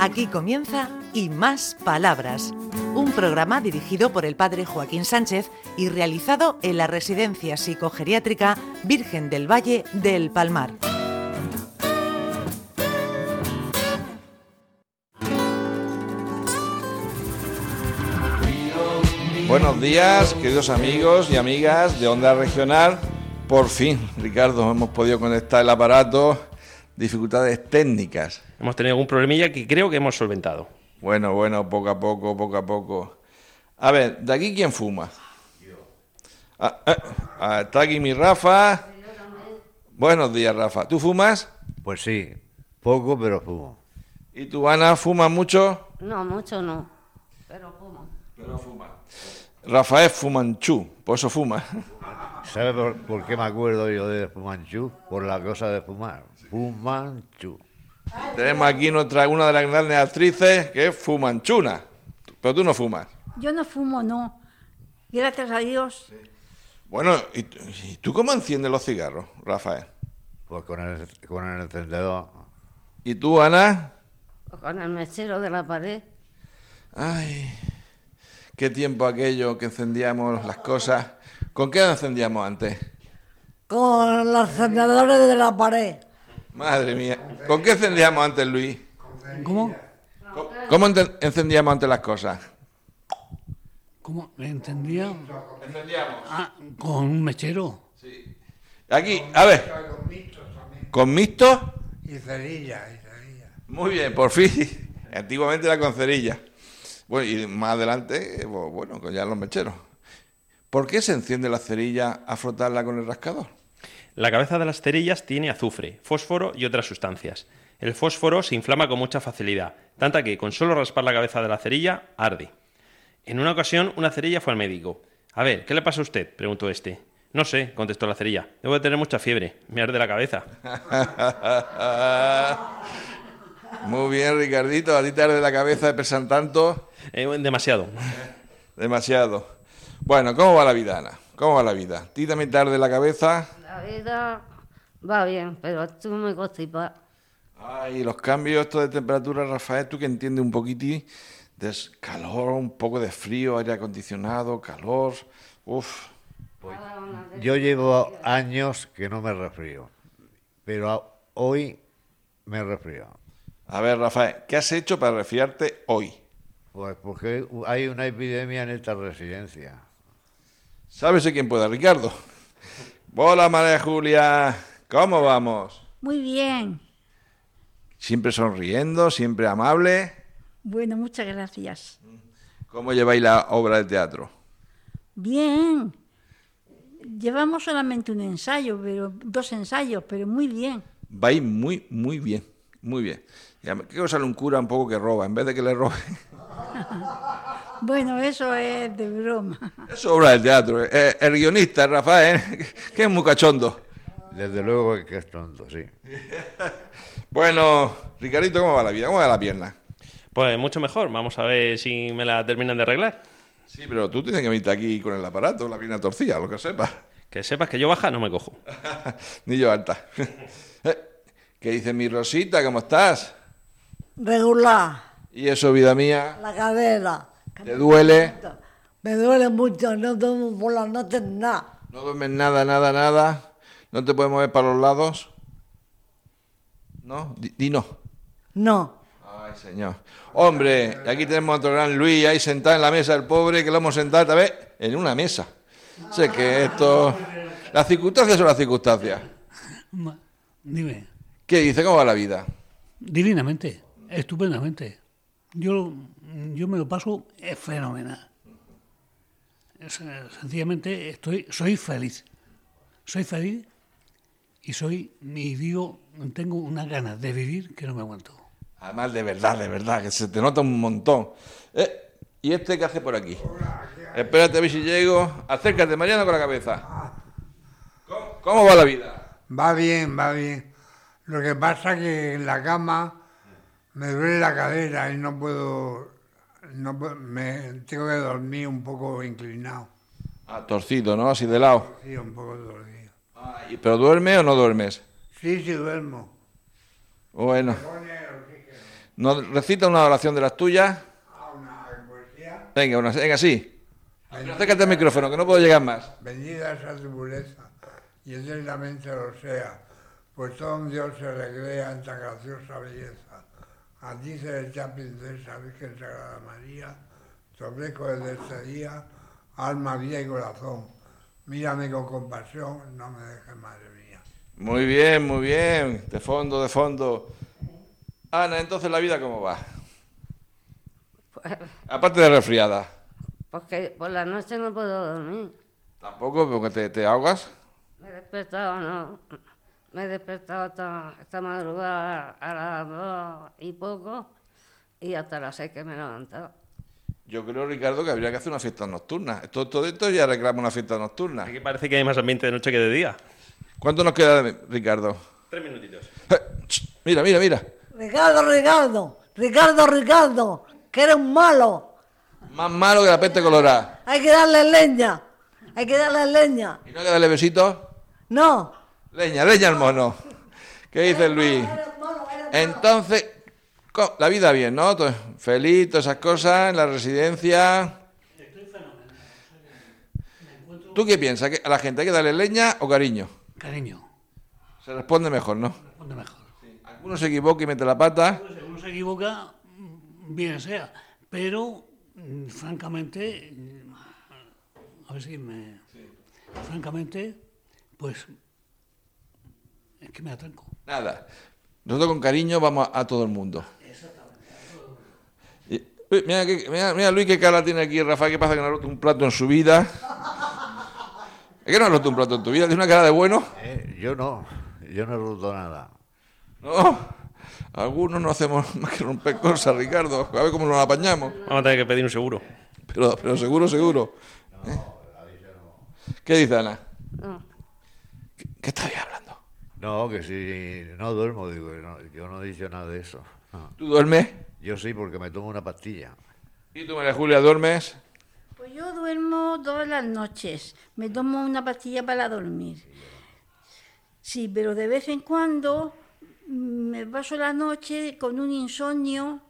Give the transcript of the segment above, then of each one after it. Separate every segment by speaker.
Speaker 1: Aquí comienza Y Más Palabras, un programa dirigido por el padre Joaquín Sánchez y realizado en la Residencia Psicogeriátrica Virgen del Valle del Palmar.
Speaker 2: Buenos días, queridos amigos y amigas de Onda Regional. Por fin, Ricardo, hemos podido conectar el aparato. Dificultades técnicas.
Speaker 3: Hemos tenido algún problemilla que creo que hemos solventado.
Speaker 2: Bueno, bueno, poco a poco, poco a poco. A ver, ¿de aquí quién fuma? Ah, ah, ah, está aquí mi Rafa. Buenos días, Rafa. ¿Tú fumas?
Speaker 4: Pues sí, poco pero fumo.
Speaker 2: ¿Y tú, Ana, fumas mucho?
Speaker 5: No, mucho no, pero fumo.
Speaker 2: Pero fuma. Rafa es fumanchú, por eso fuma.
Speaker 4: ¿Sabes por, por qué me acuerdo yo de Fumanchu? Por la cosa de fumar. Fumanchu.
Speaker 2: Tenemos aquí nuestra, una de las grandes actrices que es fumanchuna. Pero tú no fumas.
Speaker 6: Yo no fumo, no. Gracias a Dios.
Speaker 2: Bueno, ¿y, tú- y tú cómo enciendes los cigarros, Rafael?
Speaker 4: Pues con el, con el encendedor.
Speaker 2: ¿Y tú, Ana?
Speaker 5: Con el mechero de la pared.
Speaker 2: Ay, qué tiempo aquello que encendíamos las cosas. ¿Con qué encendíamos antes?
Speaker 7: con los encendedores de la pared.
Speaker 2: Madre mía. ¿Con qué encendíamos antes, Luis?
Speaker 8: ¿Cómo?
Speaker 2: ¿Cómo- ¿Cómo ente- encendíamos antes las cosas?
Speaker 8: ¿Cómo? ¿Entendía? Ah, con un mechero.
Speaker 2: Aquí, a ver. ¿Con mixtos?
Speaker 9: Y cerilla, y cerilla.
Speaker 2: Muy bien, por fin. Antiguamente era con cerilla. Bueno, y más adelante, eh, bu- bueno, con ya los mecheros. ¿Por qué se enciende la cerilla a frotarla con el rascador?
Speaker 3: La cabeza de las cerillas tiene azufre, fósforo y otras sustancias. El fósforo se inflama con mucha facilidad, tanta que con solo raspar la cabeza de la cerilla arde. En una ocasión, una cerilla fue al médico. A ver, ¿qué le pasa a usted? preguntó este. No sé, contestó la cerilla. Debo de tener mucha fiebre. Me arde la cabeza.
Speaker 2: Muy bien, Ricardito. A ti te arde la cabeza de pesar tanto.
Speaker 3: Eh, demasiado.
Speaker 2: Demasiado. Bueno, ¿cómo va la vida, Ana? ¿Cómo va la vida? ¿A ti también te arde la cabeza?
Speaker 5: La vida va bien, pero estoy muy constipada.
Speaker 2: Ay, los cambios estos de temperatura, Rafael, tú que entiendes un poquitín de s- calor, un poco de frío, aire acondicionado, calor. Uf.
Speaker 4: Yo llevo años que no me resfrío. Pero a- hoy me resfrío.
Speaker 2: A ver, Rafael, ¿qué has hecho para resfriarte hoy?
Speaker 4: Pues porque hay una epidemia en esta residencia.
Speaker 2: ¿Sabes de quién pueda, Ricardo? Hola, María Julia. ¿Cómo vamos?
Speaker 6: Muy bien.
Speaker 2: Siempre sonriendo, siempre amable.
Speaker 6: Bueno, muchas gracias.
Speaker 2: ¿Cómo lleváis la obra de teatro?
Speaker 6: Bien. Llevamos solamente un ensayo, pero dos ensayos, pero muy bien.
Speaker 2: Vais muy, muy bien. Muy bien. Y además, ¿Qué os sale un cura un poco que roba? En vez de que le robe.
Speaker 6: Bueno, eso es de broma.
Speaker 2: Es obra de teatro. eh. El guionista, Rafael, que es muy cachondo.
Speaker 4: Desde luego que es tonto, sí.
Speaker 2: Bueno, Ricardito, ¿cómo va la vida? ¿Cómo va la pierna?
Speaker 3: Pues mucho mejor. Vamos a ver si me la terminan de arreglar.
Speaker 2: Sí, pero tú tienes que venirte aquí con el aparato, la pierna torcida, lo que sepas.
Speaker 3: Que sepas que yo baja no me cojo.
Speaker 2: Ni yo alta. Eh, ¿Qué dice mi Rosita? ¿Cómo estás?
Speaker 7: Regular
Speaker 2: Y eso, vida mía,
Speaker 7: la cadera.
Speaker 2: te duele,
Speaker 7: Me duele mucho, no duermo por las noches nada.
Speaker 2: no duermes nada, nada, nada, no te puedes mover para los lados. ¿No? Di, di no.
Speaker 7: No.
Speaker 2: Ay, señor. Hombre, y aquí tenemos a otro gran Luis ahí sentado en la mesa, el pobre, que lo hemos sentado, tal vez, en una mesa. Sé que esto... Las circunstancias son las circunstancias.
Speaker 8: Ma- Dime,
Speaker 2: ¿Qué dice? ¿Cómo va la vida?
Speaker 8: divinamente, estupendamente. Yo, yo me lo paso eh, fenomenal. Es, eh, Sencillamente estoy, soy feliz. Soy feliz y soy, y digo, tengo unas ganas de vivir que no me aguanto.
Speaker 2: Además, de verdad, de verdad, que se te nota un montón. Eh, ¿Y este qué hace por aquí? Espérate a ver si llego. Acércate, Mariano, con la cabeza. ¿Cómo, cómo va la vida?
Speaker 9: Va bien, va bien. Lo que pasa que en la cama me duele la cadera y no puedo, no pu- me tengo que dormir un poco inclinado.
Speaker 2: Ah, torcido, ¿no? Así de lado.
Speaker 9: Sí, un poco dormido.
Speaker 2: Ay, ¿Pero duerme o no duermes?
Speaker 9: Sí, sí duermo.
Speaker 2: Bueno. Nos recita una oración de las tuyas.
Speaker 9: Ah, una poesía.
Speaker 2: Venga, una, venga, sí. Pero acércate al micrófono, que no puedo llegar más.
Speaker 9: Bendita esa tribuleza y eternamente lo sea, pues todo un Dios se recrea en tan graciosa belleza. A ti se le echa princesa, Virgen Sagrada María, te ofrezco desde este día alma, vida y corazón. Mírame con compasión, no me dejes, madre mía.
Speaker 2: Muy bien, muy bien. De fondo, de fondo. Ana, entonces la vida cómo va?
Speaker 5: Pues,
Speaker 2: Aparte de resfriada.
Speaker 5: porque por la noche no puedo dormir.
Speaker 2: Tampoco, porque te, te ahogas.
Speaker 5: Me he despertado, no. Me he despertado esta, esta madrugada a las dos y poco y hasta las seis que me he levantado.
Speaker 2: Yo creo, Ricardo, que habría que hacer una fiesta nocturna. Esto, todo esto ya reclama una fiesta nocturna.
Speaker 3: Aquí parece que hay más ambiente de noche que de día.
Speaker 2: ¿Cuánto nos queda, de- Ricardo?
Speaker 3: Tres minutitos.
Speaker 2: Eh, ch, Mira, mira, mira.
Speaker 7: Ricardo, Ricardo, Ricardo, Ricardo, que eres un malo.
Speaker 2: Más malo que la peste colorada.
Speaker 7: Hay que darle leña, hay que darle leña.
Speaker 2: ¿Y no hay que darle besitos?
Speaker 7: No,
Speaker 2: Leña, leña al mono. ¿Qué dice Luis?
Speaker 7: eres malo, eres
Speaker 2: Entonces, co- la vida bien, ¿no? Todo- Feliz, todas esas cosas, en la residencia. ¿Tú qué piensas? ¿Que ¿A la gente hay que darle leña o cariño?
Speaker 8: Cariño,
Speaker 2: Se responde mejor, ¿no?
Speaker 8: responde mejor.
Speaker 2: Alguno se equivoca y mete la pata.
Speaker 8: Si uno se equivoca, mm, bien sea. Pero, mm, francamente, mm, a ver si me. Francamente, pues. Es que me atranco.
Speaker 2: Nada. Nosotros con cariño vamos a, a todo el mundo. Y- uy, mira, qué- mira, mira, Luis, qué cara tiene aquí Rafael. ¿Qué pasa que no ha roto un plato en su vida? ¿Es que no has roto un plato en tu vida? ¿Tiene una cara de bueno?
Speaker 4: Eh, yo no, yo no he roto nada.
Speaker 2: No, algunos no hacemos más que romper cosas, Ricardo. A ver cómo nos apañamos.
Speaker 3: Vamos a tener que pedir un seguro.
Speaker 2: Pero, pero seguro, seguro. ¿Eh? ¿Qué dice Ana?
Speaker 5: No.
Speaker 2: ¿Qué, qué estabais hablando?
Speaker 4: No, que si no duermo, digo, no, yo no he dicho nada de eso. No.
Speaker 2: ¿Tú duermes?
Speaker 4: Yo sí, porque me tomo una pastilla.
Speaker 2: ¿Y tú, María Julia, duermes?
Speaker 6: Pues yo duermo todas las noches. Me tomo una pastilla para dormir. Sí, pero de vez en cuando mm, me paso la noche con un insomnio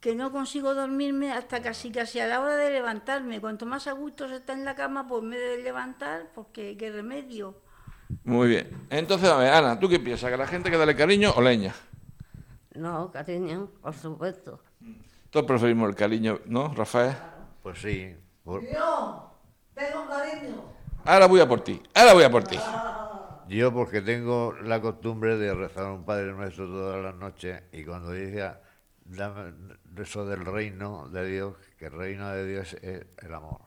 Speaker 6: que no consigo dormirme hasta casi casi a la hora de levantarme. Cuanto más a gusto se está en la cama, pues me he de levantar, porque qué remedio.
Speaker 2: Muy bien. Entonces, a ver, Ana, ¿tú qué piensas? ¿Que a la gente hay que darle cariño o leña?
Speaker 5: No, cariño, por supuesto.
Speaker 2: Todos preferimos el cariño, ¿no, Rafael?
Speaker 4: Pues sí, por-
Speaker 7: Yo tengo cariño.
Speaker 2: Ahora voy a por ti, ahora voy a por ti.
Speaker 4: yo porque tengo la costumbre de rezar a un Padre Nuestro todas las noches y cuando dice dame eso del reino de Dios, que el reino de Dios es el amor.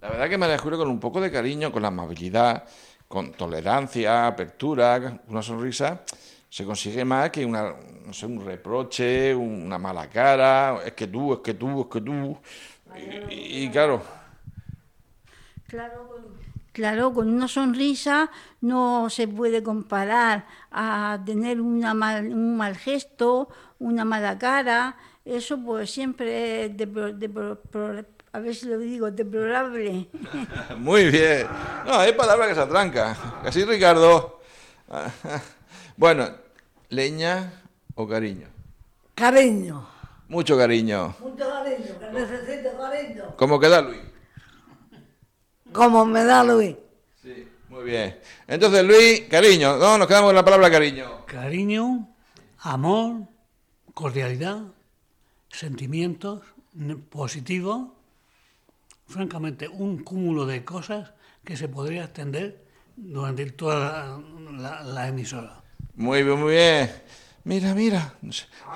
Speaker 2: La verdad que María Julia con un poco de cariño, con la amabilidad, con tolerancia, apertura, una sonrisa, se consigue más que una, no sé, un reproche, una mala cara, es que tú, es que tú, es que tú. Y, y- y claro,
Speaker 6: Claro, con- claro, con una sonrisa no se puede comparar a tener una mal- un mal gesto, una mala cara. Eso pues siempre es depro- depro- pro- a ver si lo digo, deplorable.
Speaker 2: muy bien. No, hay palabras que se atranca. Así, Ricardo. Bueno, leña o cariño.
Speaker 7: Cariño,
Speaker 2: Mucho cariño.
Speaker 7: mucho cariño, que necesito cariño.
Speaker 2: ¿Cómo queda, Luis?
Speaker 7: Como me da Luis.
Speaker 2: Sí, muy bien. Entonces, Luis, cariño. No, nos quedamos con la palabra cariño.
Speaker 8: Cariño, amor, cordialidad, sentimientos ne- positivos, francamente un cúmulo de cosas que se podría extender durante toda la, la- la emisora.
Speaker 2: Muy bien, muy bien. Mira, mira.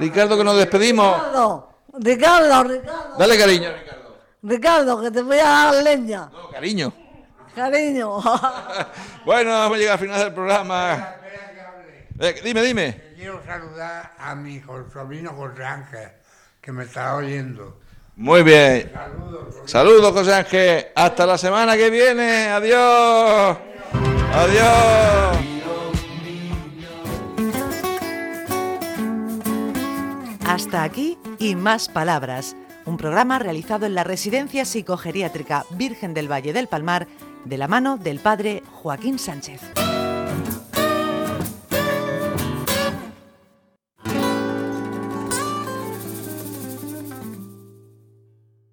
Speaker 2: Ricardo, que nos despedimos.
Speaker 7: Ricardo, Ricardo, Ricardo,
Speaker 2: Dale cariño, Ricardo.
Speaker 7: Ricardo, que te voy a dar leña.
Speaker 2: No, cariño.
Speaker 7: Cariño.
Speaker 2: Bueno, hemos llegado al final del programa.
Speaker 9: Espera que hable.
Speaker 2: Eh, dime, dime.
Speaker 9: Quiero saludar a mi jo- sobrino José Ángel, que me está oyendo.
Speaker 2: Muy bien.
Speaker 9: Saludos.
Speaker 2: Saludos, José Ángel. Hasta la semana que viene. Adiós. Adiós.
Speaker 1: Hasta aquí y más palabras, un programa realizado en la Residencia Psicogeriátrica Virgen del Valle del Palmar de la mano del padre Joaquín Sánchez.